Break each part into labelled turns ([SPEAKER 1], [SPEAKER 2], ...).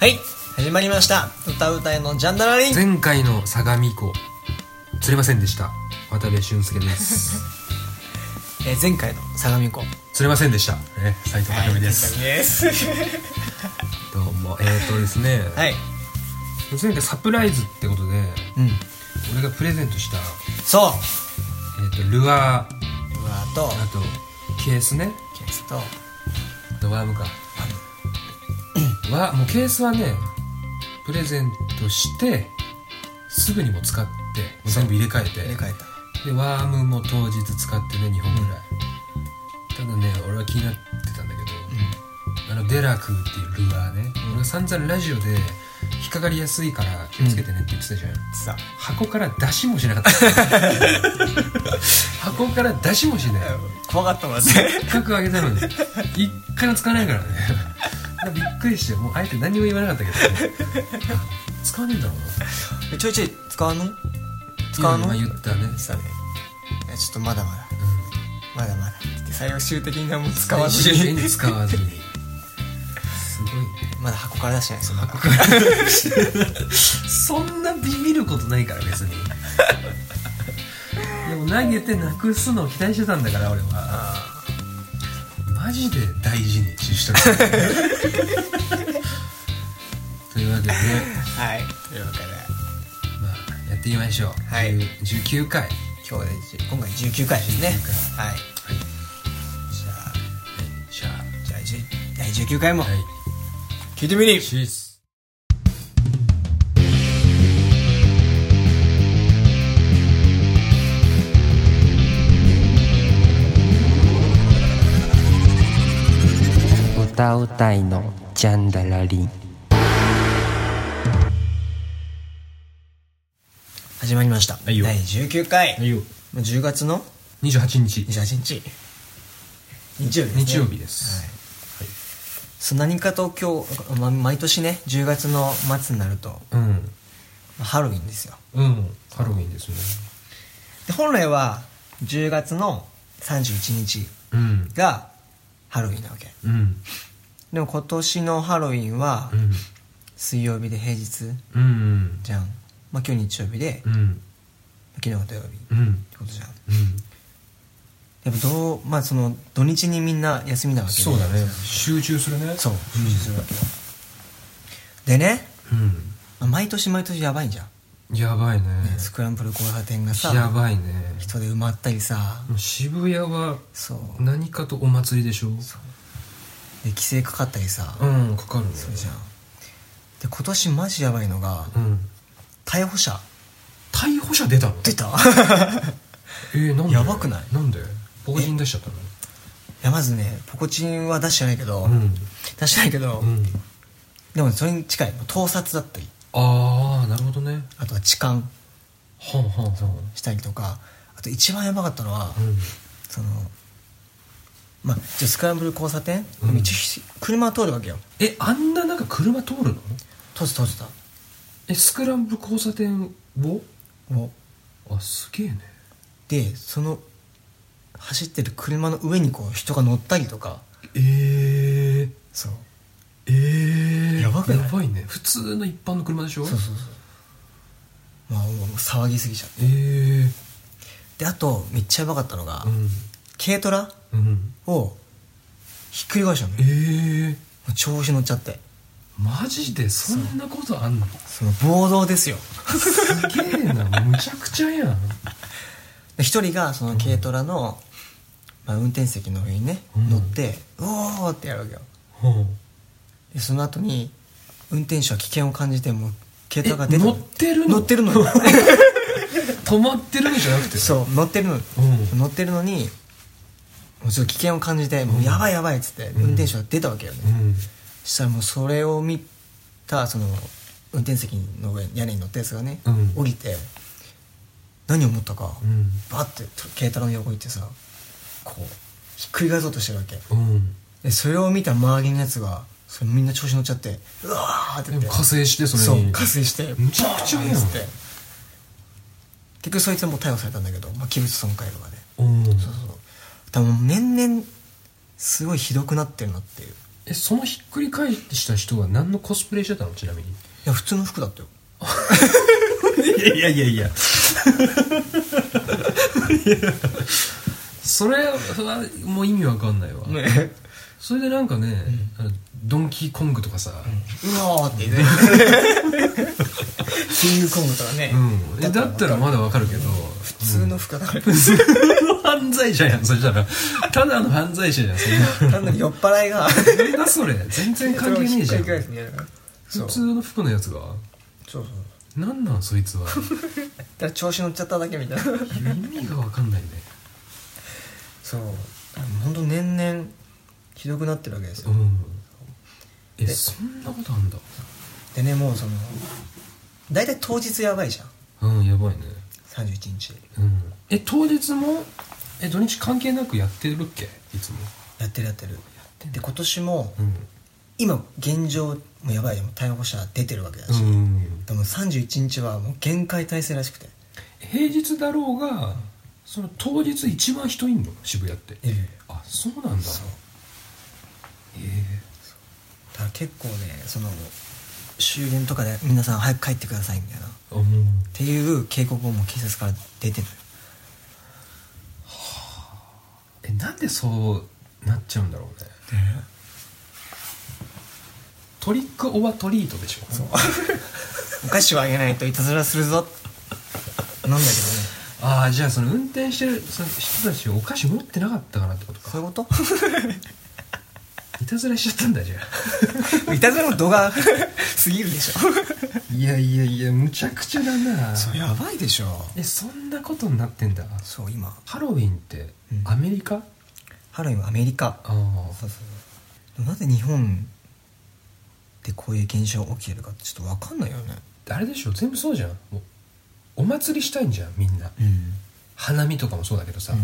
[SPEAKER 1] はい、始まりました歌うたいのジャンダラリン
[SPEAKER 2] 前回の相模湖釣れませんでした渡部俊介です
[SPEAKER 1] えー前回の相模湖
[SPEAKER 2] 釣れませんでしたね斉藤匠です、
[SPEAKER 1] はいです
[SPEAKER 2] どうもえー、とですね、
[SPEAKER 1] はい
[SPEAKER 2] 前回サプライズってことで
[SPEAKER 1] うん
[SPEAKER 2] 俺がプレゼントした、
[SPEAKER 1] そ
[SPEAKER 2] え
[SPEAKER 1] う
[SPEAKER 2] ー、とルアー
[SPEAKER 1] うわと
[SPEAKER 2] あとケースね
[SPEAKER 1] ケースと
[SPEAKER 2] ドワームかはもうケースはねプレゼントしてすぐにも使ってもう全部入れ替えて
[SPEAKER 1] 入れ替えた
[SPEAKER 2] でワームも当日使ってね2本ぐらい、ただね俺は気になってたんだけど、あのデラクーっていうルアーね、俺が散々ラジオで引っかかりやすいから気をつけてねって言ってたじゃん、
[SPEAKER 1] さ
[SPEAKER 2] 箱から出しもしなかった 箱から出しもしない
[SPEAKER 1] 怖かったもんね
[SPEAKER 2] せっかくあげたのに一回も使わないからねびっくりしてもうあえて何も言わなかったけど あ使わ ねえんだろうな
[SPEAKER 1] ちょいちょい使わんの使わんの
[SPEAKER 2] 今言ったね
[SPEAKER 1] さねいやちょっとまだまだ
[SPEAKER 2] うん
[SPEAKER 1] まだまだって最終的にはもう使わず
[SPEAKER 2] 最終的
[SPEAKER 1] に
[SPEAKER 2] に使わずにすごいね
[SPEAKER 1] まだ箱から出してないですよまだ
[SPEAKER 2] そんなビビることないから別にでも投げてなくすのを期待してたんだから俺は
[SPEAKER 1] あ
[SPEAKER 2] マジで大事にしとるというわけで、
[SPEAKER 1] ーはいというわけで
[SPEAKER 2] まあ、やってみましょう、
[SPEAKER 1] はい
[SPEAKER 2] 19回はい
[SPEAKER 1] 今日でじゅ今回19回ですね
[SPEAKER 2] 19
[SPEAKER 1] はいじゃあ
[SPEAKER 2] じゃ
[SPEAKER 1] じゃあじゅ第19回も
[SPEAKER 2] あはい
[SPEAKER 1] 聞いてみに
[SPEAKER 2] チーズ
[SPEAKER 3] 歌うたいのジャンダラリン
[SPEAKER 1] 始まりました、
[SPEAKER 2] いよ
[SPEAKER 1] 第19回、
[SPEAKER 2] はいよ
[SPEAKER 1] もう10月の
[SPEAKER 2] 28日
[SPEAKER 1] 28日日曜日です、ね、
[SPEAKER 2] 日曜日です、
[SPEAKER 1] はいそう何かと今日、ま、毎年ね10月の末になるとハロウィンですよ
[SPEAKER 2] うんうんハロウィンですね
[SPEAKER 1] で本来は10月の31日
[SPEAKER 2] うん
[SPEAKER 1] がハロウィンなわけ
[SPEAKER 2] うん
[SPEAKER 1] でも今年のハロウィンは
[SPEAKER 2] うん
[SPEAKER 1] 水曜日で平日
[SPEAKER 2] うん
[SPEAKER 1] じゃん、まあ、今日日曜日で
[SPEAKER 2] うんうん
[SPEAKER 1] 昨日が土曜日っ
[SPEAKER 2] うん
[SPEAKER 1] てことじゃん
[SPEAKER 2] うん
[SPEAKER 1] やっぱどうまあその土日にみんな休みなわけで
[SPEAKER 2] そうだね集中するね
[SPEAKER 1] そう
[SPEAKER 2] うん
[SPEAKER 1] 集中するわけよでね
[SPEAKER 2] う
[SPEAKER 1] まあ毎年毎年やばいんじゃん、
[SPEAKER 2] んやばいね
[SPEAKER 1] ねスクランブル交差点が
[SPEAKER 2] や
[SPEAKER 1] さ
[SPEAKER 2] ばいね
[SPEAKER 1] 人で埋まったりさ
[SPEAKER 2] もう渋谷は
[SPEAKER 1] そう
[SPEAKER 2] 何かとお祭りでしょ
[SPEAKER 1] で規制かかったりさ、
[SPEAKER 2] うんかかるね
[SPEAKER 1] そうじゃんで今年マジやばいのが
[SPEAKER 2] うん
[SPEAKER 1] 逮捕者
[SPEAKER 2] 逮捕者出たの
[SPEAKER 1] 出 た
[SPEAKER 2] えー、なんで
[SPEAKER 1] やばくない
[SPEAKER 2] なんで暴人出しちゃったの
[SPEAKER 1] いやまずねポコチンは出してないけど、
[SPEAKER 2] うん
[SPEAKER 1] 出してないけど、
[SPEAKER 2] うん
[SPEAKER 1] でもそれに近い盗撮だったり
[SPEAKER 2] ああなるほどね
[SPEAKER 1] あとは痴漢
[SPEAKER 2] はんはんはん
[SPEAKER 1] したりとかあと一番やばかったのは、
[SPEAKER 2] うん
[SPEAKER 1] そのまあじゃあスクランブル交差点、
[SPEAKER 2] うん
[SPEAKER 1] 道ひ車通るわけよ
[SPEAKER 2] えあんななんか車通るの
[SPEAKER 1] 通ってた通って
[SPEAKER 2] えスクランブル交差点を
[SPEAKER 1] たもう
[SPEAKER 2] あすげえね
[SPEAKER 1] でその走ってる車の上にこう人が乗ったりとか
[SPEAKER 2] えー、
[SPEAKER 1] そう
[SPEAKER 2] えー、
[SPEAKER 1] やばくない
[SPEAKER 2] やばいね普通の一般の車でしょ
[SPEAKER 1] そうそうそうまあもう騒ぎすぎちゃって
[SPEAKER 2] えー、
[SPEAKER 1] であとめっちゃやばかったのが、
[SPEAKER 2] うん
[SPEAKER 1] 軽トラ
[SPEAKER 2] うん
[SPEAKER 1] をひっくり返したのよ
[SPEAKER 2] えー、
[SPEAKER 1] もう調子乗っちゃって
[SPEAKER 2] マジでそんなことあんの
[SPEAKER 1] その暴動ですよ
[SPEAKER 2] すげえなむちゃくちゃやん
[SPEAKER 1] で一人がその軽トラの、まあ、運転席の上にね、
[SPEAKER 2] うん
[SPEAKER 1] 乗ってうおーってやるわけよ
[SPEAKER 2] ほう
[SPEAKER 1] でその後に運転手は危険を感じてもう軽トラが
[SPEAKER 2] え
[SPEAKER 1] 出
[SPEAKER 2] 乗ってるの
[SPEAKER 1] 乗ってるの よ
[SPEAKER 2] 止まってるんじゃなくてう
[SPEAKER 1] そう乗ってるの、
[SPEAKER 2] ん
[SPEAKER 1] 乗ってるのにもうちょっと危険を感じて、もうやばいやばいっつって運転手が出たわけよね、
[SPEAKER 2] うん
[SPEAKER 1] そしたらもうそれを見たその運転席の上屋根に乗ったやつがね、
[SPEAKER 2] うん
[SPEAKER 1] 降りて何を思ったか、
[SPEAKER 2] うん
[SPEAKER 1] バッて軽トラの横行ってさこうひっくり返そうとしてるわけ
[SPEAKER 2] うん
[SPEAKER 1] でそれを見た周りのやつがそれみんな調子乗っちゃってうわーって
[SPEAKER 2] で
[SPEAKER 1] 言
[SPEAKER 2] も
[SPEAKER 1] って
[SPEAKER 2] 加勢してそ
[SPEAKER 1] そ
[SPEAKER 2] れ
[SPEAKER 1] う
[SPEAKER 2] に
[SPEAKER 1] 加勢して
[SPEAKER 2] むちゃくちゃやん
[SPEAKER 1] バーンっつって結局そいつはもう逮捕されたんだけど、まあ、器物損壊とかで、
[SPEAKER 2] うん
[SPEAKER 1] そうそう多分年々すごいひどくなってるなっていう
[SPEAKER 2] えそのひっくり返した人は何のコスプレしてたのちなみに
[SPEAKER 1] や普通の服だったよ
[SPEAKER 2] いやい やいやいやそれはもう意味わかんないわ、
[SPEAKER 1] ね
[SPEAKER 2] それでなんかね、あのドンキーコングとかさ、
[SPEAKER 1] うわーってね キングコングとかね、
[SPEAKER 2] うんえだったらまだわかる けど普
[SPEAKER 1] 普通の服だから、
[SPEAKER 2] 通の犯罪者やんそしたらただの犯罪者じゃんそんな
[SPEAKER 1] 単なる酔っ払いが
[SPEAKER 2] なんだそれ全然関係ねえじゃん
[SPEAKER 1] それをひっくり返すみたいなそ
[SPEAKER 2] 普
[SPEAKER 1] う
[SPEAKER 2] 通の服のやつが
[SPEAKER 1] そうそう
[SPEAKER 2] なんなんそいつは
[SPEAKER 1] ただ調子乗っちゃっただけみたいな
[SPEAKER 2] 意味がわかんないね
[SPEAKER 1] そう本当年々ひどくなってるわけです
[SPEAKER 2] う
[SPEAKER 1] よ
[SPEAKER 2] んえそんなことあんだ
[SPEAKER 1] でねもうその大体当日やばいじゃん
[SPEAKER 2] うんやばいね
[SPEAKER 1] 31日
[SPEAKER 2] うんえ当日もえ土日関係なくやってるっけいつも
[SPEAKER 1] やってるやってる
[SPEAKER 2] てんだ
[SPEAKER 1] で今年も、
[SPEAKER 2] うん
[SPEAKER 1] 今現状もうやばいよ逮捕者出てるわけだし、
[SPEAKER 2] うん
[SPEAKER 1] でも31日はもう限界体制らしくて
[SPEAKER 2] 平日だろうがその当日一番人いんの渋谷って
[SPEAKER 1] いる
[SPEAKER 2] あそうなんだ
[SPEAKER 1] そう
[SPEAKER 2] ええ
[SPEAKER 1] だから結構ねその終電とかで皆さん早く帰ってくださいみたいなっ
[SPEAKER 2] あもう
[SPEAKER 1] ていう警告をもう警察から出てる
[SPEAKER 2] えなんでそうなっちゃうんだろうね
[SPEAKER 1] のよ
[SPEAKER 2] トリック・オア・トリートでしょそう
[SPEAKER 1] お菓子をあげないといたずらするぞなんだけどね
[SPEAKER 2] ああじゃあその運転してるその人たちお菓子持ってなかったからってことか
[SPEAKER 1] そういうこと
[SPEAKER 2] いたずらしちゃったんだじゃあ
[SPEAKER 1] いたずらの度が過ぎるでし ょ
[SPEAKER 2] いやいやいやむちゃくちゃだな
[SPEAKER 1] やばいでしょ
[SPEAKER 2] えそんなことになってんだ
[SPEAKER 1] そう今
[SPEAKER 2] ハロウィンって
[SPEAKER 1] うん
[SPEAKER 2] アメリカ、
[SPEAKER 1] ハロウィンはアメリカ
[SPEAKER 2] あ
[SPEAKER 1] そうそうでもなぜ日本でこういう現象が起きてるかってちょっと分かんないよね
[SPEAKER 2] ああれでしょ全部そうじゃんもうお祭りしたいんじゃんみんな
[SPEAKER 1] うん
[SPEAKER 2] 花見とかもそうだけどさ、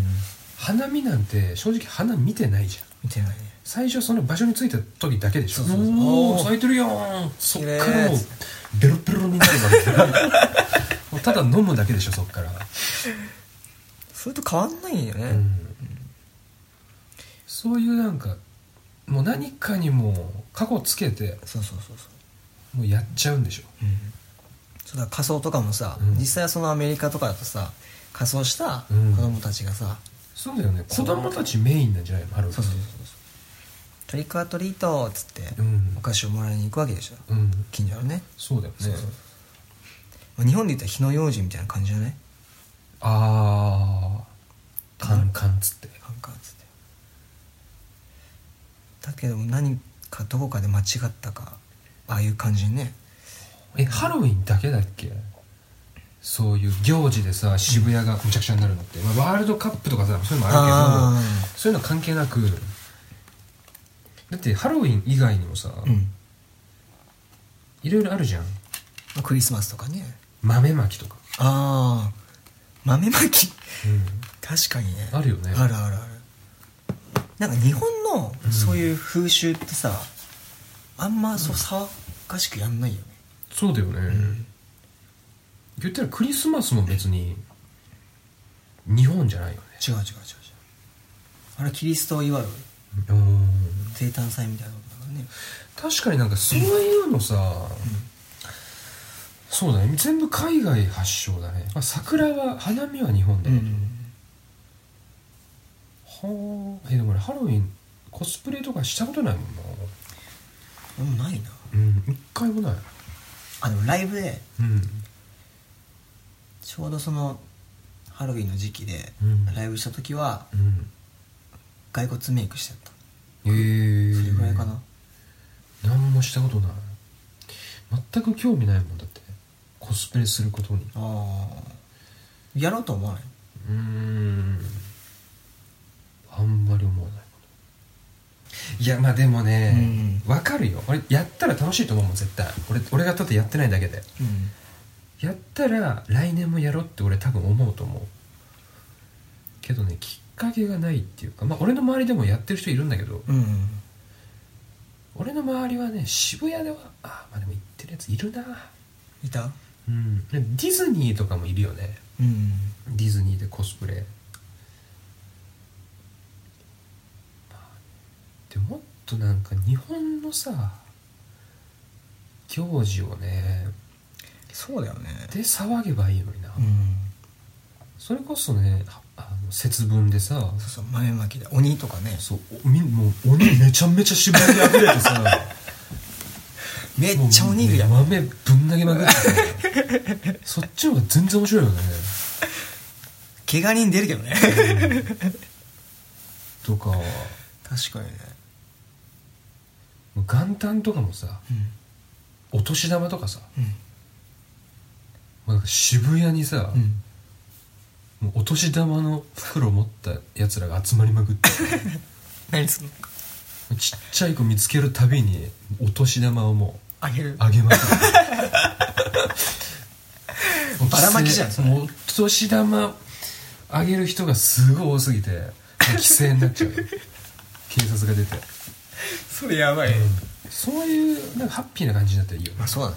[SPEAKER 2] 花見なんて正直花見てないじゃん
[SPEAKER 1] 見てないね
[SPEAKER 2] 最初その場所に着いた時だけでしょ
[SPEAKER 1] そうそうそう
[SPEAKER 2] お
[SPEAKER 1] お
[SPEAKER 2] ー
[SPEAKER 1] ー
[SPEAKER 2] 咲いてるよーんそっからもう
[SPEAKER 1] 綺
[SPEAKER 2] ベロベロになるわけだからもうただ飲むだけでしょそっから
[SPEAKER 1] それと変わんないよね、
[SPEAKER 2] そういうなんかもう何かにもう過去つけて
[SPEAKER 1] そうそうそうそう、
[SPEAKER 2] もうやっちゃうんでしょ
[SPEAKER 1] そうだから仮装とかもさ、
[SPEAKER 2] うん
[SPEAKER 1] 実際はそのアメリカとかだとさ仮装した
[SPEAKER 2] うん
[SPEAKER 1] 子供たちがさ、
[SPEAKER 2] そうだよね子供たちメインなんじゃないのハロウィン
[SPEAKER 1] そうそうそうそうトリックアトリートっつって、
[SPEAKER 2] うん
[SPEAKER 1] お菓子をもらいに行くわけでしょ、
[SPEAKER 2] うん
[SPEAKER 1] 近所のね
[SPEAKER 2] そうだよね
[SPEAKER 1] そうそうまあ日本で言ったら火の用心みたいな感じじゃない
[SPEAKER 2] ああカンカンつって
[SPEAKER 1] カンカンっつってだけども何かどこかで間違ったかああいう感じにね
[SPEAKER 2] えハロウィンだけだっけそういう行事でさ渋谷がむちゃくちゃになるのって、まあ、ワールドカップとかさそういうのもあるけどそういうの関係なくだってハロウィン以外にもさ、
[SPEAKER 1] うん、
[SPEAKER 2] いろいろあるじゃん
[SPEAKER 1] まあクリスマスとかね
[SPEAKER 2] 豆まきとか、
[SPEAKER 1] ああ豆まき確かにね
[SPEAKER 2] あるよね
[SPEAKER 1] あるあるあるなんか日本のそういう風習ってさ、あんまそう騒がしくやんないよね
[SPEAKER 2] そうだよね、言ったらクリスマスも別に日本じゃないよね
[SPEAKER 1] 違う違う違う違うあれはキリストを祝う生誕祭みたいなことだからね
[SPEAKER 2] 確かになんかそういうのさ、そうだね全部海外発祥だね、まあ、桜は花見は日本だよ、はあえでも俺ハロウィンコスプレとかしたことないもんな
[SPEAKER 1] 俺もないな
[SPEAKER 2] うん一回もない
[SPEAKER 1] あでもライブで
[SPEAKER 2] うん
[SPEAKER 1] ちょうどそのハロウィンの時期で
[SPEAKER 2] うん
[SPEAKER 1] ライブした時は
[SPEAKER 2] うん
[SPEAKER 1] 骸骨メイクしてやった
[SPEAKER 2] ええー、
[SPEAKER 1] それぐらいかな
[SPEAKER 2] 何もしたことない全く興味ないもんだってコスプレすることに
[SPEAKER 1] ああやろうと思わないう
[SPEAKER 2] ーんあんまり思わないいやまあでもねわ、かるよ俺やったら楽しいと思うもん絶対俺俺がだってやってないだけで
[SPEAKER 1] うん
[SPEAKER 2] やったら来年もやろうって俺多分思うと思うけどねきっかけがないっていうかまあ俺の周りでもやってる人いるんだけど、
[SPEAKER 1] うん
[SPEAKER 2] 俺の周りはね渋谷ではあまあでも行ってるやついるない
[SPEAKER 1] た
[SPEAKER 2] うんディズニーとかもいるよね
[SPEAKER 1] うん
[SPEAKER 2] ディズニーでコスプレまあでももっとなんか日本のさ行事をね
[SPEAKER 1] そうだよね
[SPEAKER 2] で騒げばいいのにな、
[SPEAKER 1] うん
[SPEAKER 2] それこそねあの節分でさ
[SPEAKER 1] そうそう豆まきで鬼とかね
[SPEAKER 2] そうおみもう鬼めちゃめちゃ渋谷であふれてさ
[SPEAKER 1] めっちゃ鬼いるやん
[SPEAKER 2] もうね豆ぶん投げまくってさそっちの方が全然面白いよね
[SPEAKER 1] 怪我人出るけどね
[SPEAKER 2] とか
[SPEAKER 1] 確かにね
[SPEAKER 2] 元旦とかもさお年玉とかさ
[SPEAKER 1] うん
[SPEAKER 2] もうなんか渋谷にさ、
[SPEAKER 1] うんうん
[SPEAKER 2] もうお年玉の袋持ったやつらが集まりまくって
[SPEAKER 1] 何すんの
[SPEAKER 2] ちっちゃい子見つけるたびにお年玉をも
[SPEAKER 1] あげる
[SPEAKER 2] うあげまく る
[SPEAKER 1] ばらまきじゃんそれ
[SPEAKER 2] もうお年玉あげる人がすごい多すぎてもう規制になっちゃう警察が出て、
[SPEAKER 1] それやばい、
[SPEAKER 2] そういうなんかハッピーな感じになったらいいよね
[SPEAKER 1] まあそうだね、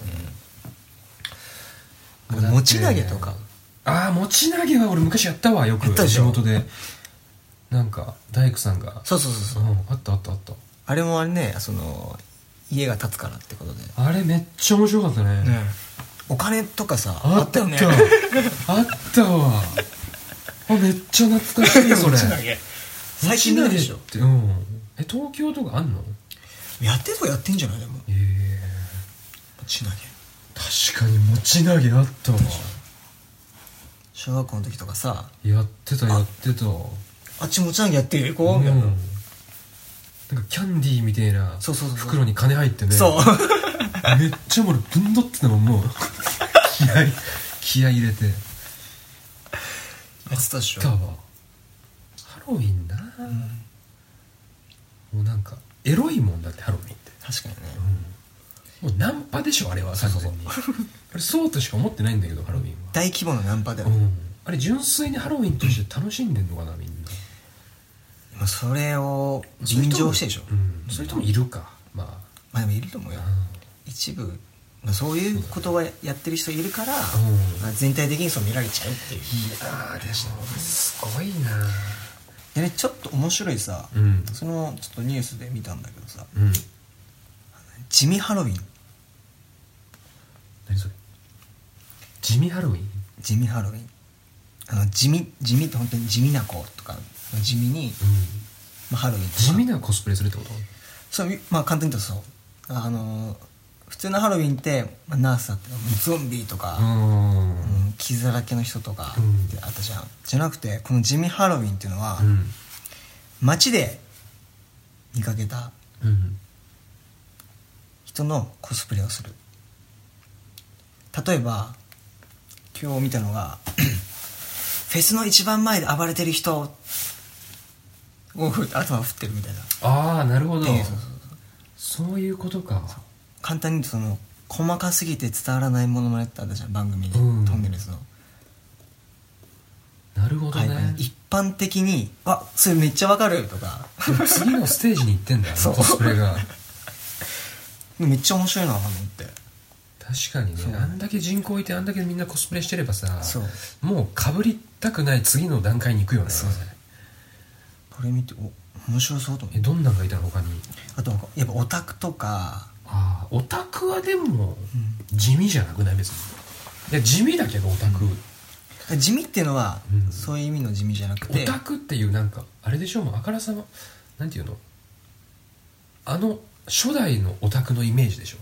[SPEAKER 1] 持ち投げとか
[SPEAKER 2] ああ持ち投げは俺昔やったわよく
[SPEAKER 1] やったでし
[SPEAKER 2] 地
[SPEAKER 1] ょ
[SPEAKER 2] 元でなんか大工さんが
[SPEAKER 1] そうそうそうそううん
[SPEAKER 2] あったあったあった
[SPEAKER 1] あれもあれねその家が建つからってことで、ね
[SPEAKER 2] あれめっちゃ面白かったね
[SPEAKER 1] お金とかさあったよね
[SPEAKER 2] あった あったわあめっちゃ懐かし いそれ
[SPEAKER 1] 持ち投げ最近見るでしょ
[SPEAKER 2] 持ち投げってうんえ東京とかあんの
[SPEAKER 1] やってるとこやってんじゃないでも
[SPEAKER 2] ええ
[SPEAKER 1] 持ち投げ
[SPEAKER 2] 確かに持ち投げあったわ
[SPEAKER 1] 小学校の時とかさ
[SPEAKER 2] やってたやってた
[SPEAKER 1] あっち持ち投げやってるこ
[SPEAKER 2] う
[SPEAKER 1] う
[SPEAKER 2] ん
[SPEAKER 1] みたいな、
[SPEAKER 2] なんかキャンディーみたいな
[SPEAKER 1] そうそうそうそう
[SPEAKER 2] 袋に金入ってね
[SPEAKER 1] そう
[SPEAKER 2] めっちゃ俺ぶんどってたもん もう気合い気合い入れて
[SPEAKER 1] やってたでしょ
[SPEAKER 2] だわハロウィンな、もうなんかエロいもんだってハロウィンって
[SPEAKER 1] 確かにね、
[SPEAKER 2] もうナンパでしょあれは
[SPEAKER 1] そう
[SPEAKER 2] 完
[SPEAKER 1] そうそう
[SPEAKER 2] 全にあれそうとしか思ってないんだけどハロウィン
[SPEAKER 1] 大規模なナンパだよ、
[SPEAKER 2] は、うん、あれ純粋にハロウィンとして楽しんでんのかなみんな
[SPEAKER 1] まあそれを便乗してでしょ
[SPEAKER 2] うん、それともいるかま
[SPEAKER 1] まあでもいると思うよ
[SPEAKER 2] あ、
[SPEAKER 1] 一部、まあ、そういうことはやってる人いるから、
[SPEAKER 2] ん
[SPEAKER 1] まあ全体的にそう見られちゃうっていう
[SPEAKER 2] ああでもすごいな
[SPEAKER 1] でねちょっと面白いさ、
[SPEAKER 2] うん
[SPEAKER 1] そのちょっとニュースで見たんだけどさ
[SPEAKER 2] うん
[SPEAKER 1] 地味ハロウィン
[SPEAKER 2] 何それ地味ハロウィン
[SPEAKER 1] 地味ハロウィンあの地味地味って本当に地味な子とかの地味に、
[SPEAKER 2] うん
[SPEAKER 1] まあ、ハロウィンとか
[SPEAKER 2] 地味なコスプレするってこと
[SPEAKER 1] そうまあ簡単に言うとそうあの普通のハロウィンって、まあ、ナースだったらゾンビとか、
[SPEAKER 2] んうん
[SPEAKER 1] うん傷だらけの人とか
[SPEAKER 2] うん
[SPEAKER 1] ってあったじゃん、じゃなくてこの地味ハロウィンっていうのは、街で見かけた
[SPEAKER 2] うん
[SPEAKER 1] 人のコスプレをする例えば今日見たのが フェスの一番前で暴れてる人をふ頭を振ってるみたいな
[SPEAKER 2] ああなるほど
[SPEAKER 1] ええそうそう
[SPEAKER 2] そういうことか
[SPEAKER 1] 簡単に言うとその細かすぎて伝わらないものまねってあったじゃん番組で、
[SPEAKER 2] うん
[SPEAKER 1] トンネルズの、
[SPEAKER 2] なるほど
[SPEAKER 1] はい
[SPEAKER 2] ね
[SPEAKER 1] 一般的に「あそれめっちゃわかる」とか
[SPEAKER 2] 次のステージに行ってんだ
[SPEAKER 1] そう
[SPEAKER 2] コスプレが
[SPEAKER 1] めっちゃ面白いなと思って
[SPEAKER 2] 確かに
[SPEAKER 1] そう
[SPEAKER 2] ねあんだけ人口いてあんだけみんなコスプレしてればさ
[SPEAKER 1] そう
[SPEAKER 2] もうかぶりたくない次の段階に行くよね
[SPEAKER 1] そうこれ見てお面白そうと思
[SPEAKER 2] え
[SPEAKER 1] って
[SPEAKER 2] どんなんがいたの他に
[SPEAKER 1] あとなんかやっぱオタクとか
[SPEAKER 2] ああオタクはでも地味じゃなくない別にいや地味だけどオタク
[SPEAKER 1] 地味っていうのは、
[SPEAKER 2] うん
[SPEAKER 1] そういう意味の地味じゃなく
[SPEAKER 2] オ
[SPEAKER 1] て
[SPEAKER 2] タクっていうなんかあれでしょもうあからさまなんていうのあの初代のオタクのイメージでしょ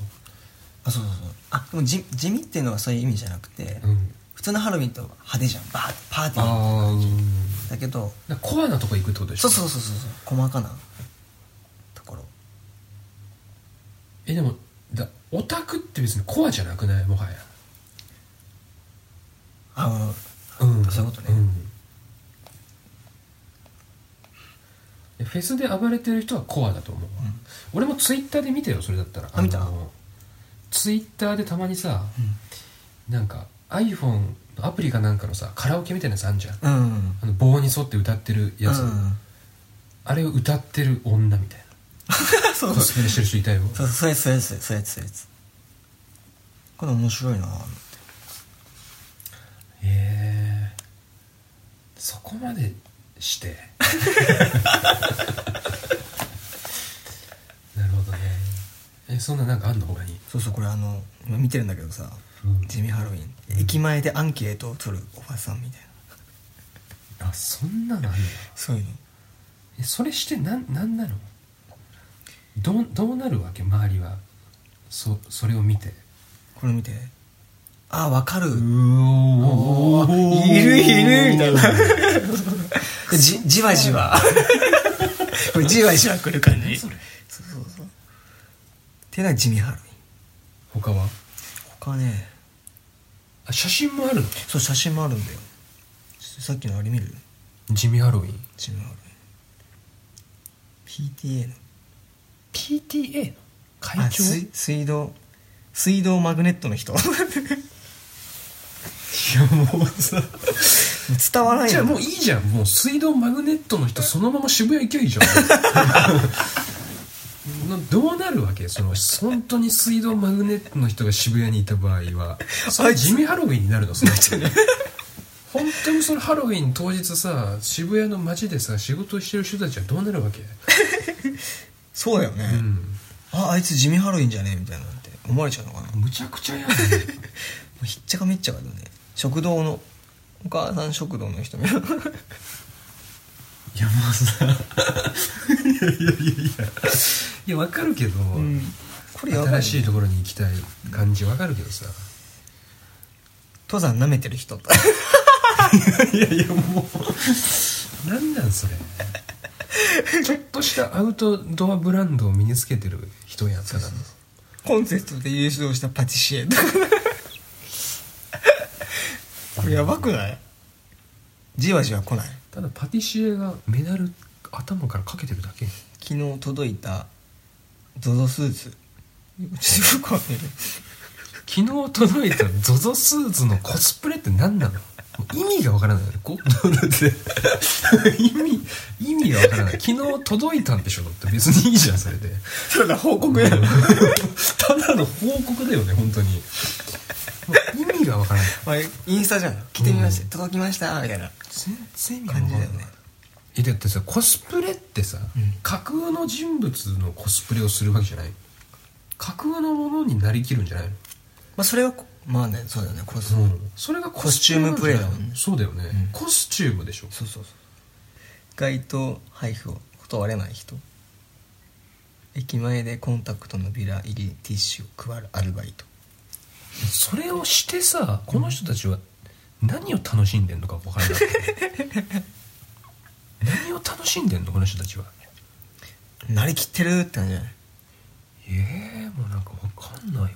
[SPEAKER 1] あそうそうそうあでもじ地味っていうのはそういう意味じゃなくて、
[SPEAKER 2] うん
[SPEAKER 1] 普通のハロウィンと派手じゃんバーパーティー
[SPEAKER 2] ああうん
[SPEAKER 1] だけど
[SPEAKER 2] だからコアなとこ行くってことでし
[SPEAKER 1] そ
[SPEAKER 2] ょ
[SPEAKER 1] うそうそうそうそう細かなところ
[SPEAKER 2] えでもだオタクって別にコアじゃなくないもはや
[SPEAKER 1] あの
[SPEAKER 2] うん
[SPEAKER 1] そういうことね
[SPEAKER 2] んえフェスで暴れてる人はコアだと思うわ、俺もツイッターで見てよそれだったら
[SPEAKER 1] あ見た
[SPEAKER 2] のツイッターでたまにさ、なんか iPhone のアプリかなんかのさカラオケみたいなやつあんじゃん
[SPEAKER 1] うん
[SPEAKER 2] あの棒に沿って歌ってるやつ、
[SPEAKER 1] うん
[SPEAKER 2] あれを歌ってる女みたい
[SPEAKER 1] そ
[SPEAKER 2] なコ
[SPEAKER 1] うそう
[SPEAKER 2] スプレしてる人いたよ
[SPEAKER 1] そうそうやつそうやつそうやつそうやつこれ面白いな
[SPEAKER 2] へえそこ までしてえそんななんかあんの他に
[SPEAKER 1] そうそうこれあの今見てるんだけどさ、
[SPEAKER 2] うん
[SPEAKER 1] 地味ハロウィン、駅前でアンケートを取るおばさんみたいな
[SPEAKER 2] あそんなのあんの
[SPEAKER 1] そういうの
[SPEAKER 2] えそれしてなんなんなのどうどうなるわけ周りはそそれを見て
[SPEAKER 1] これ見てあわかる、
[SPEAKER 2] お
[SPEAKER 1] ーいるいるみたいなじじわじ わこれじわじわくる感じそうそうそうてな地味ハロウィン
[SPEAKER 2] 他は
[SPEAKER 1] 他ね
[SPEAKER 2] あ写真もあるの
[SPEAKER 1] そう写真もあるんだよちょさっきのあれ見る
[SPEAKER 2] 地味ハロウィン
[SPEAKER 1] 地味ハロウィン PTA の
[SPEAKER 2] PTA の会
[SPEAKER 1] あ
[SPEAKER 2] 長
[SPEAKER 1] 水水道水道マグネットの人 いやもうさ伝わらない
[SPEAKER 2] じゃあ
[SPEAKER 1] よ
[SPEAKER 2] もういいじゃんもう水道マグネットの人そのまま渋谷行きゃいいじゃん などうなるわけその本当に水道マグネットの人が渋谷にいた場合はそれ地味ハロウィンになるのそ の人本当にそのハロウィン当日さ渋谷の街でさ仕事をしてる人たちはどうなるわけ、
[SPEAKER 1] そうだよね、
[SPEAKER 2] うん、
[SPEAKER 1] ああいつ地味ハロウィンじゃねえみたいなって思われちゃうのかな
[SPEAKER 2] むちゃくちゃやだね
[SPEAKER 1] ひっちゃかめっちゃかだね食堂のお母さん食堂の人みたい
[SPEAKER 2] い
[SPEAKER 1] な
[SPEAKER 2] やもうさいやいやいやいやいやわかるけど、
[SPEAKER 1] これやばい、ね、
[SPEAKER 2] 新しいところに行きたい感じわかるけどさ
[SPEAKER 1] 登山舐めてる人
[SPEAKER 2] いやいやもうなんなんそれちょっとしたアウトドアブランドを身につけてる人やっただの
[SPEAKER 1] コンセストで優勝したパティシエとかこれやばくないじわじわ来ない
[SPEAKER 2] ただパティシエがメダル頭からかけてるだけ
[SPEAKER 1] 昨日届いた ZOZO スーツちょっとよくわかんない
[SPEAKER 2] 昨日届いた ZOZO スーツのコスプレって何なのもう意味がわからないよねこ 意味意味がわからない昨日届いたんでしょだって別にいいじゃんそれで
[SPEAKER 1] ただ報告 や
[SPEAKER 2] ただの報告だよね本当にもう意味がわからない
[SPEAKER 1] インスタじゃん来てみました、
[SPEAKER 2] うん
[SPEAKER 1] 届きましたみたいな
[SPEAKER 2] 全然意味
[SPEAKER 1] 感じだよね
[SPEAKER 2] えだってさコスプレってさ、架空の人物のコスプレをするわけじゃない架空のものになりきるんじゃないの
[SPEAKER 1] まあそれはこまあねそうだよねこれそ
[SPEAKER 2] それが
[SPEAKER 1] コスチュームプレイだもんね
[SPEAKER 2] そうだよね、コスチュームでしょ
[SPEAKER 1] そうそうそう街頭配布を断れない人駅前でコンタクトのビラ入りティッシュを配るアルバイト
[SPEAKER 2] それをしてさこの人たちは何を楽しんでんのか分からない 何を楽しんでんのこの人たちは
[SPEAKER 1] なりきってるって感じじゃない
[SPEAKER 2] ええもうなんか分かんないわ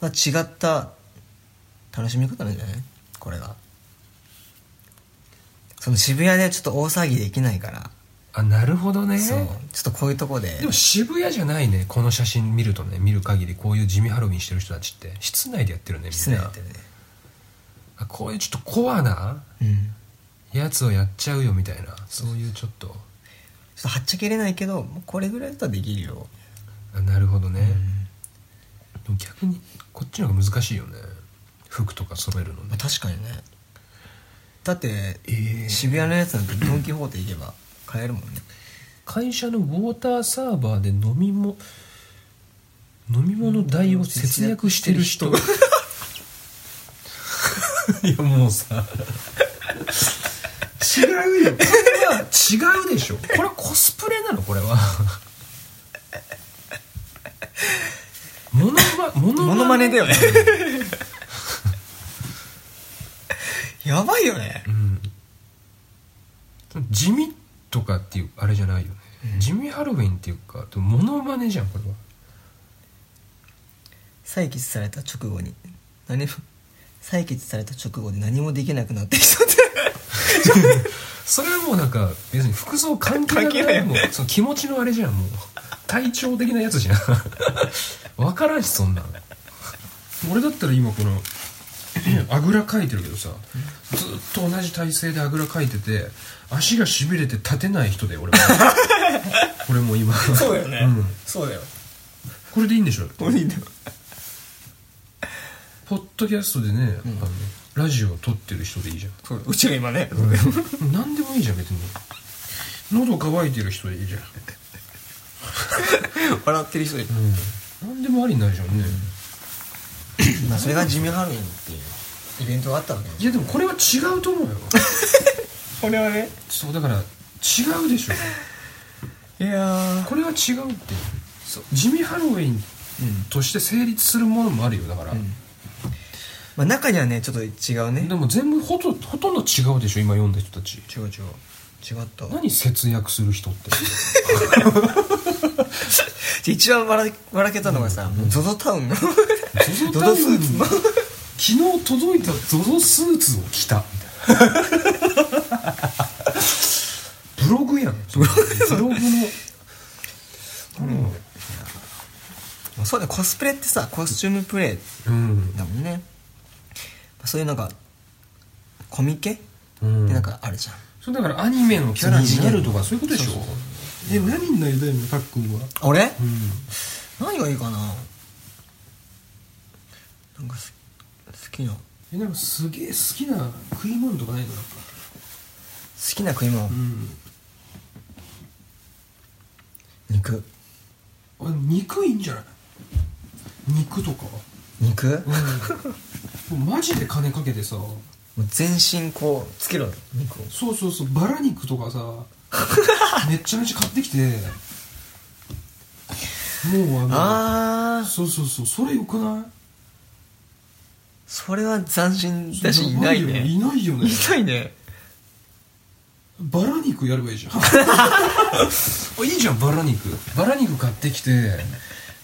[SPEAKER 1] まあ違った楽しみ方なんじゃないこれがその渋谷ではちょっと大騒ぎできないから、
[SPEAKER 2] あなるほどね
[SPEAKER 1] そうちょっとこういうとこで
[SPEAKER 2] でも渋谷じゃないねこの写真見るとね見る限りこういう地味ハロウィンしてる人たちって室内でやってるねみんな
[SPEAKER 1] 室内やってるね
[SPEAKER 2] あこういうちょっとコアな
[SPEAKER 1] うん
[SPEAKER 2] やつをやっちゃうよみたいなそういうちょっと
[SPEAKER 1] ちょっとはっちゃけれないけどもうこれぐらいだったらできるよ
[SPEAKER 2] あなるほどね、でも逆にこっちの方が難しいよね服とか揃えるの
[SPEAKER 1] まあ
[SPEAKER 2] ね
[SPEAKER 1] 確かにねだって、
[SPEAKER 2] ええ
[SPEAKER 1] 渋谷のやつなんてドン・キホーテ行けば買えるもんね
[SPEAKER 2] 会社のウォーターサーバーで飲みも飲み物代を節約してる人いやもうさ違うよこれは違うでしょこれはコスプレなのこれはモノマモノ
[SPEAKER 1] モノマネだよね やばいよね
[SPEAKER 2] うん地味とかっていうあれじゃないよね、地味ハロウィンっていうかでもモノマネじゃんこれは
[SPEAKER 1] 採血された直後に何も採血された直後で何もできなくなってきたって
[SPEAKER 2] それはもうなんか別に服装関係なく
[SPEAKER 1] 関係
[SPEAKER 2] な
[SPEAKER 1] な
[SPEAKER 2] い
[SPEAKER 1] い
[SPEAKER 2] もうその気持ちのあれじゃんもう体調的なやつじゃん 分からんしそんなん俺だったら今この あぐらかいてるけどさずっと同じ体勢であぐらかいてて足がしびれて立てない人で俺 は俺も今うん、
[SPEAKER 1] そうだよ
[SPEAKER 2] これでいいんでしょ
[SPEAKER 1] 本人だよ
[SPEAKER 2] ポッドキャストでね、あのラジオを撮ってる人でいいじゃん
[SPEAKER 1] そううちが今ね、
[SPEAKER 2] 何でもいいじゃん別に喉乾いてる人でいいじゃん
[SPEAKER 1] 笑ってる人いる
[SPEAKER 2] うん何でもありになるじゃんね、
[SPEAKER 1] まあそれが地味ハロウィンっていうイベントがあったわけです
[SPEAKER 2] いやでもこれは違うと思うよ
[SPEAKER 1] これはね
[SPEAKER 2] そうだから違うでしょ
[SPEAKER 1] いや
[SPEAKER 2] これは違うって地味ハロウィン
[SPEAKER 1] うん
[SPEAKER 2] として成立するものもあるよだから、
[SPEAKER 1] んまあ中にはねちょっと違うね
[SPEAKER 2] でも全部ほとほとんど違うでしょ今読んだ人たち
[SPEAKER 1] 違う違う違ったわ
[SPEAKER 2] 何節約する人って
[SPEAKER 1] で一番笑笑けたのがさ、ゾゾタウンの
[SPEAKER 2] ゾゾ
[SPEAKER 1] ゾ
[SPEAKER 2] タウ
[SPEAKER 1] ゾ
[SPEAKER 2] ン
[SPEAKER 1] スーツの
[SPEAKER 2] 昨日届いたゾゾスーツを着たみたいなブログやんブログの
[SPEAKER 1] まあそうだよコスプレってさコスチュームプレイ
[SPEAKER 2] うん
[SPEAKER 1] だもんねまあそういうなんかコミケって
[SPEAKER 2] うん
[SPEAKER 1] なんかあるじゃん、
[SPEAKER 2] そうだからアニメのキャラになるとかそういうことでしょ
[SPEAKER 1] そうそう
[SPEAKER 2] え何になりたいのパックンは
[SPEAKER 1] 俺、
[SPEAKER 2] うん
[SPEAKER 1] 何がいいかななんかす好きな好
[SPEAKER 2] えなんかすげえ好きな食い物とかないのなんか
[SPEAKER 1] きな食い物、
[SPEAKER 2] うん
[SPEAKER 1] 肉
[SPEAKER 2] あ肉いいんじゃない肉とか
[SPEAKER 1] 肉、も
[SPEAKER 2] うんもう マジで金かけてさ
[SPEAKER 1] う全身こうつけろよ肉を
[SPEAKER 2] そうそうそうバラ肉とか さめっちゃめちゃ買ってきてもうあの
[SPEAKER 1] ああ
[SPEAKER 2] そうそうそうそれよくない
[SPEAKER 1] それは斬新だし
[SPEAKER 2] それ
[SPEAKER 1] い
[SPEAKER 2] やば
[SPEAKER 1] ない
[SPEAKER 2] よ
[SPEAKER 1] ね
[SPEAKER 2] いないよね
[SPEAKER 1] いないね
[SPEAKER 2] バラ肉やればいいじ ゃんあいいじゃんバラ肉バラ肉買ってきて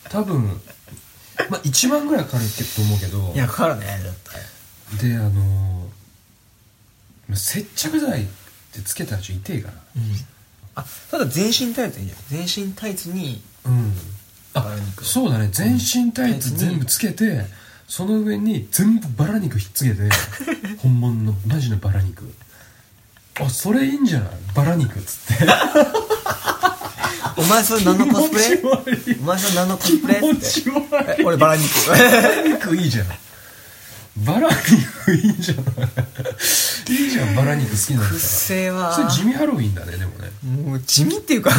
[SPEAKER 2] 多分まあ1万ぐらいかかるけと思うけど
[SPEAKER 1] いやかかるね絶対
[SPEAKER 2] であのーまあ接着剤ってつけた人痛えか
[SPEAKER 1] あただ全身タイツいいよ全身タイツに
[SPEAKER 2] らうん
[SPEAKER 1] バラ
[SPEAKER 2] あ
[SPEAKER 1] 肉
[SPEAKER 2] そうだね全身タイツ全部つけてその上に全部バラ肉ひっつけ て本物のマジのバラ肉あそれいいんじゃないバラ肉っつって
[SPEAKER 1] お前それ何のコスプレ
[SPEAKER 2] 気持ち悪い
[SPEAKER 1] お前それ何のコスプレ
[SPEAKER 2] 気持ち悪
[SPEAKER 1] ってえ俺 バラ肉
[SPEAKER 2] バラ肉いいじゃんバラ肉いいじゃんいいじゃんバラ肉好きなんだか
[SPEAKER 1] くっ
[SPEAKER 2] らそ
[SPEAKER 1] せえわ
[SPEAKER 2] れ地味ハロウィンだねでもね
[SPEAKER 1] もう地味っていうか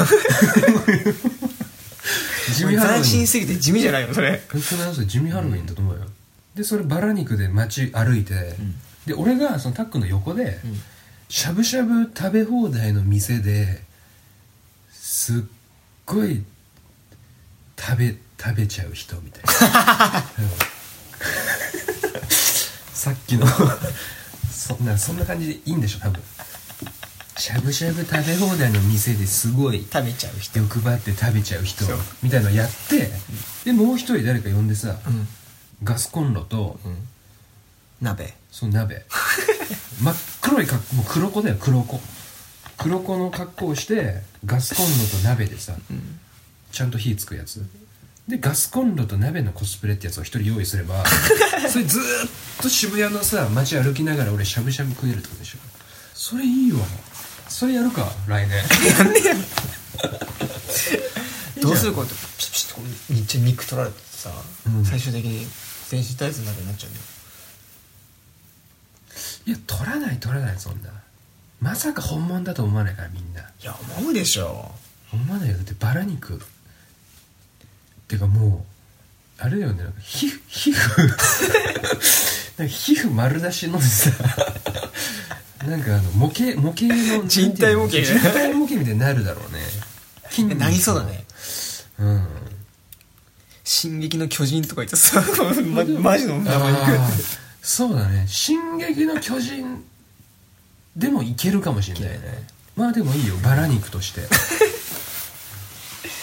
[SPEAKER 2] 地味ハロウィン
[SPEAKER 1] 斬新すぎて地味じゃないよそれ
[SPEAKER 2] これこの話地味ハロウィンだと思うよ、でそれバラ肉で街歩いて、で俺がそのタックの横で、しゃぶしゃぶ食べ放題の店ですっごい食べ食べちゃう人みたいな、うんさっきの そんなそんな感じでいいんでしょ多分しゃぶしゃぶ食べ放題の店ですごい
[SPEAKER 1] 食べちゃう人
[SPEAKER 2] 欲張って食べちゃう人みたいのやってでもう一人誰か呼んでさ、
[SPEAKER 1] ん
[SPEAKER 2] ガスコンロと、
[SPEAKER 1] 鍋
[SPEAKER 2] その 鍋真っ黒い格好もう黒子だよ黒子黒子の格好をしてガスコンロと鍋でさ、ちゃんと火つくやつでガスコンロと鍋のコスプレってやつを一人用意すれ ばそれずーっと渋谷のさ街歩きながら俺しゃぶしゃぶ食えるってことでしょそれいいわそれやるか来 年
[SPEAKER 1] どうするこうやってピチピチとこうめっちゃ肉取られてさ、
[SPEAKER 2] うん
[SPEAKER 1] 最終的に全身タイツの中になっちゃうね
[SPEAKER 2] いや取らない取らないそんなまさか本物だと思わないからみんない
[SPEAKER 1] や思うでしょ
[SPEAKER 2] 思わないよだってバラ肉てかもうあれだよねなんか皮膚皮膚 なんか皮膚丸出しのさなんかあの模型模型の
[SPEAKER 1] 人体模型ね
[SPEAKER 2] 人体模型みたいになるだろう ね筋肉の
[SPEAKER 1] なりそうだね
[SPEAKER 2] うん
[SPEAKER 1] 「進撃の巨人」とか言って さ、ま、マジの生
[SPEAKER 2] あ
[SPEAKER 1] 肉
[SPEAKER 2] ーそうだね「進撃の巨人」でもいけるかもしれないねまあでもいいよバラ肉として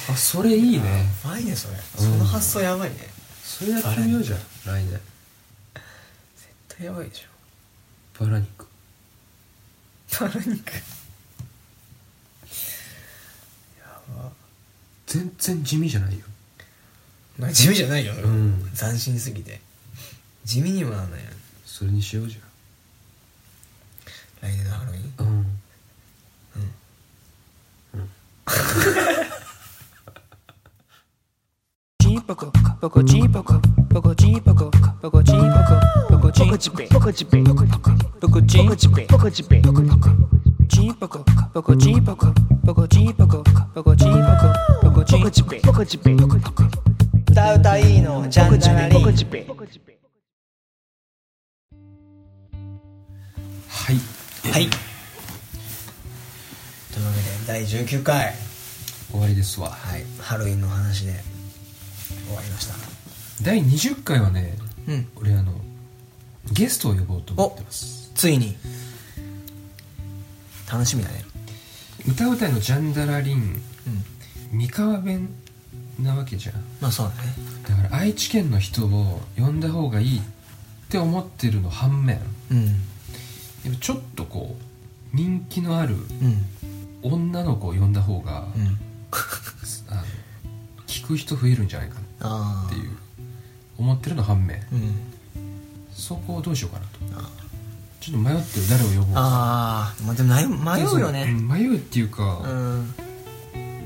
[SPEAKER 2] あそれいいね
[SPEAKER 1] やばいねそれその発想やばいね
[SPEAKER 2] それやってみようじゃん来年
[SPEAKER 1] 絶対やばいでしょ
[SPEAKER 2] バラ肉
[SPEAKER 1] バラ肉
[SPEAKER 2] 全然地味じゃないよ
[SPEAKER 1] まあ地味じゃないよ、
[SPEAKER 2] ん
[SPEAKER 1] 斬新すぎて地味にもなんないよ
[SPEAKER 2] それにしようじ
[SPEAKER 1] 来年のハロウィン
[SPEAKER 2] ゃんうん
[SPEAKER 4] チンポコポコチンポコポコチンポコポコチンポコポコチンポコポコチンポコポコチンポコポコチンポコポコチンポコポコチンポコポコチンポコポコチンポコポコチンポコポコチンポコポコチチンポコチンポコチンポコチン
[SPEAKER 1] 歌うたいいのジャンダラリ
[SPEAKER 4] ポコ
[SPEAKER 1] ン
[SPEAKER 4] チンポコチン
[SPEAKER 2] はい
[SPEAKER 1] はいというわけで第19回、
[SPEAKER 2] 終わりですわ
[SPEAKER 1] はい、ハロウィンの話で終わりました
[SPEAKER 2] 第20回はね
[SPEAKER 1] うん
[SPEAKER 2] 俺あのゲストを呼ぼうと思ってます
[SPEAKER 1] ついに楽しみだね
[SPEAKER 2] 歌うたいのジャンダラリン
[SPEAKER 1] うん
[SPEAKER 2] 三河弁なわけじゃん
[SPEAKER 1] まあそうだね
[SPEAKER 2] だから愛知県の人を呼んだ方がいいって思ってるの反面
[SPEAKER 1] うん
[SPEAKER 2] やっぱちょっとこう人気のある
[SPEAKER 1] うん
[SPEAKER 2] 女の子を呼んだ方が、
[SPEAKER 1] うん
[SPEAKER 2] あの聞く人増えるんじゃないかな
[SPEAKER 1] ああ
[SPEAKER 2] っていう思ってるの反面
[SPEAKER 1] うん
[SPEAKER 2] そこをどうしようかなとちょっと迷ってる誰を呼ぼうか
[SPEAKER 1] ああまあでも迷迷うよね
[SPEAKER 2] うん迷うっていう
[SPEAKER 1] う
[SPEAKER 2] か、
[SPEAKER 1] ん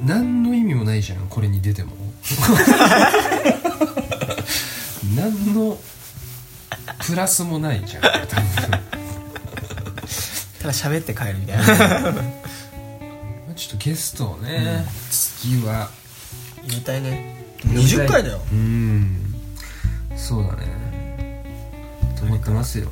[SPEAKER 2] 何の意味もないじゃんこれに出て も何のプラスもないじゃん多分
[SPEAKER 1] ただ喋って帰るみたい な
[SPEAKER 2] ちょっとゲストをね、次は
[SPEAKER 1] 入れたいね20回だよ
[SPEAKER 2] うんそうだねと思ってますよ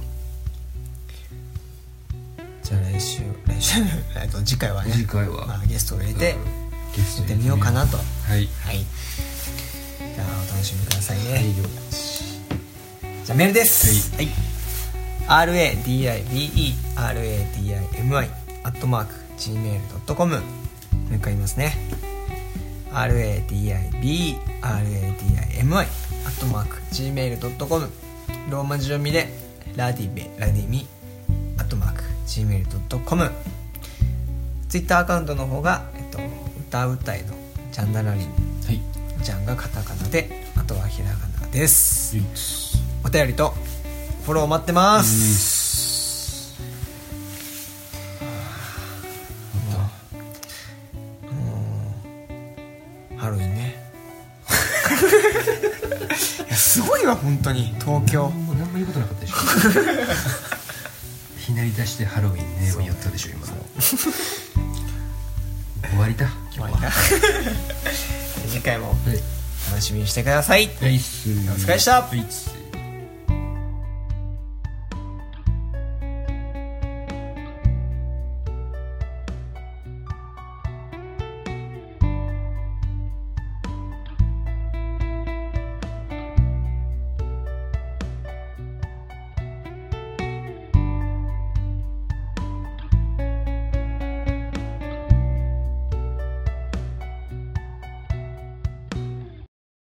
[SPEAKER 1] じゃあ来週来週えっと次回はね
[SPEAKER 2] 次回は
[SPEAKER 1] まあゲストを入れて
[SPEAKER 2] うん
[SPEAKER 1] 行
[SPEAKER 2] ゲスト
[SPEAKER 1] ってみようかなと
[SPEAKER 2] はい
[SPEAKER 1] はいじゃあお楽しみくださいね、
[SPEAKER 2] はいよ
[SPEAKER 1] じゃあメールですはい、RADIBERADIMI アットマーク Gmail.com もう一回言いますね RADIBERADIMI アットマーク Gmail.com ローマ字読みでラディベラディミアットマーク Gmail.com ツイッターアカウントの方が、えっと、歌うたいのジャンダラリン
[SPEAKER 2] はい
[SPEAKER 1] ジャンがカタカナであとはひらがなです
[SPEAKER 2] よい
[SPEAKER 1] お便りとフォロー待ってます、ハロウィンね いやすごいわ本当に東京
[SPEAKER 2] もう何も言うことなかったでしょ ひなり出してハロウィンねもうやったでしょ今終わりだ
[SPEAKER 1] 終わりだ 次回も
[SPEAKER 2] はい
[SPEAKER 1] 楽しみにしてください
[SPEAKER 2] はいお
[SPEAKER 1] お疲れっした
[SPEAKER 2] はい